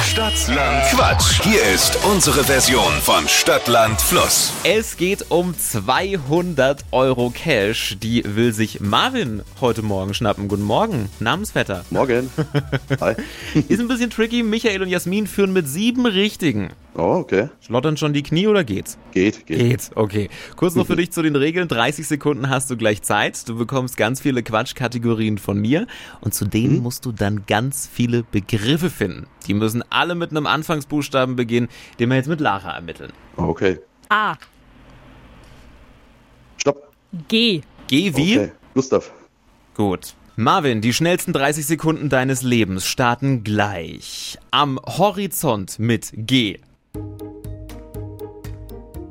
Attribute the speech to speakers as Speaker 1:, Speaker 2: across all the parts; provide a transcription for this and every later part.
Speaker 1: Stadtland Quatsch. Hier ist unsere Version von Stadtland Fluss.
Speaker 2: Es geht um 200 Euro Cash. Die will sich Marvin heute Morgen schnappen. Guten Morgen, Namensvetter.
Speaker 3: Morgen. Hi.
Speaker 2: Ist ein bisschen tricky. Michael und Jasmin führen mit sieben Richtigen.
Speaker 3: Oh, okay.
Speaker 2: Schlottern schon die Knie oder geht's?
Speaker 3: Geht, geht.
Speaker 2: Geht's, okay. Kurz noch für dich zu den Regeln. 30 Sekunden hast du gleich Zeit. Du bekommst ganz viele Quatschkategorien von mir. Und zu denen musst du dann ganz viele Begriffe finden. Die müssen alle mit einem Anfangsbuchstaben beginnen, den wir jetzt mit Lara ermitteln.
Speaker 3: Oh, okay.
Speaker 4: A.
Speaker 3: Stopp.
Speaker 4: G.
Speaker 2: Geh wie?
Speaker 3: Okay. Gustav.
Speaker 2: Gut. Marvin, die schnellsten 30 Sekunden deines Lebens starten gleich. Am Horizont mit G.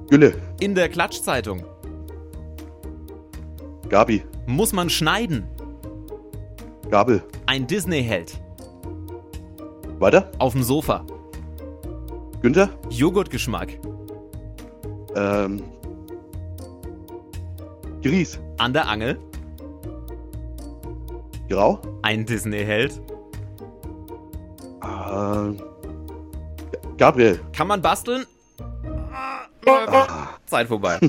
Speaker 3: Gülle.
Speaker 2: In der Klatschzeitung.
Speaker 3: Gabi.
Speaker 2: Muss man schneiden?
Speaker 3: Gabel.
Speaker 2: Ein Disney-Held.
Speaker 3: Weiter.
Speaker 2: Auf dem Sofa.
Speaker 3: Günther.
Speaker 2: Joghurtgeschmack.
Speaker 3: Ähm. Gries.
Speaker 2: An der Angel.
Speaker 3: Grau.
Speaker 2: Ein Disney-Held.
Speaker 3: Ähm. Gabriel.
Speaker 2: Kann man basteln? Zeit vorbei.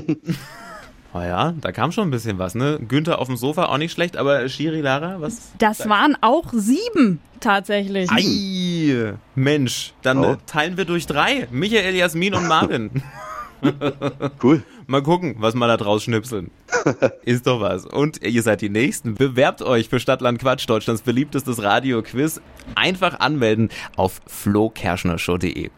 Speaker 2: Naja, da kam schon ein bisschen was, ne? Günther auf dem Sofa, auch nicht schlecht, aber Shiri, Lara, was?
Speaker 4: Das waren auch sieben tatsächlich.
Speaker 2: Ah, Ei, Mensch, dann
Speaker 3: Oh.
Speaker 2: äh, teilen wir durch drei. Michael, Jasmin und Marvin.
Speaker 3: Cool.
Speaker 2: Mal gucken, was mal da draus schnipseln. Ist doch was. Und ihr seid die Nächsten. Bewerbt euch für Stadtland Quatsch, Deutschlands beliebtestes Radio-Quiz. Einfach anmelden auf flokerschnershow.de.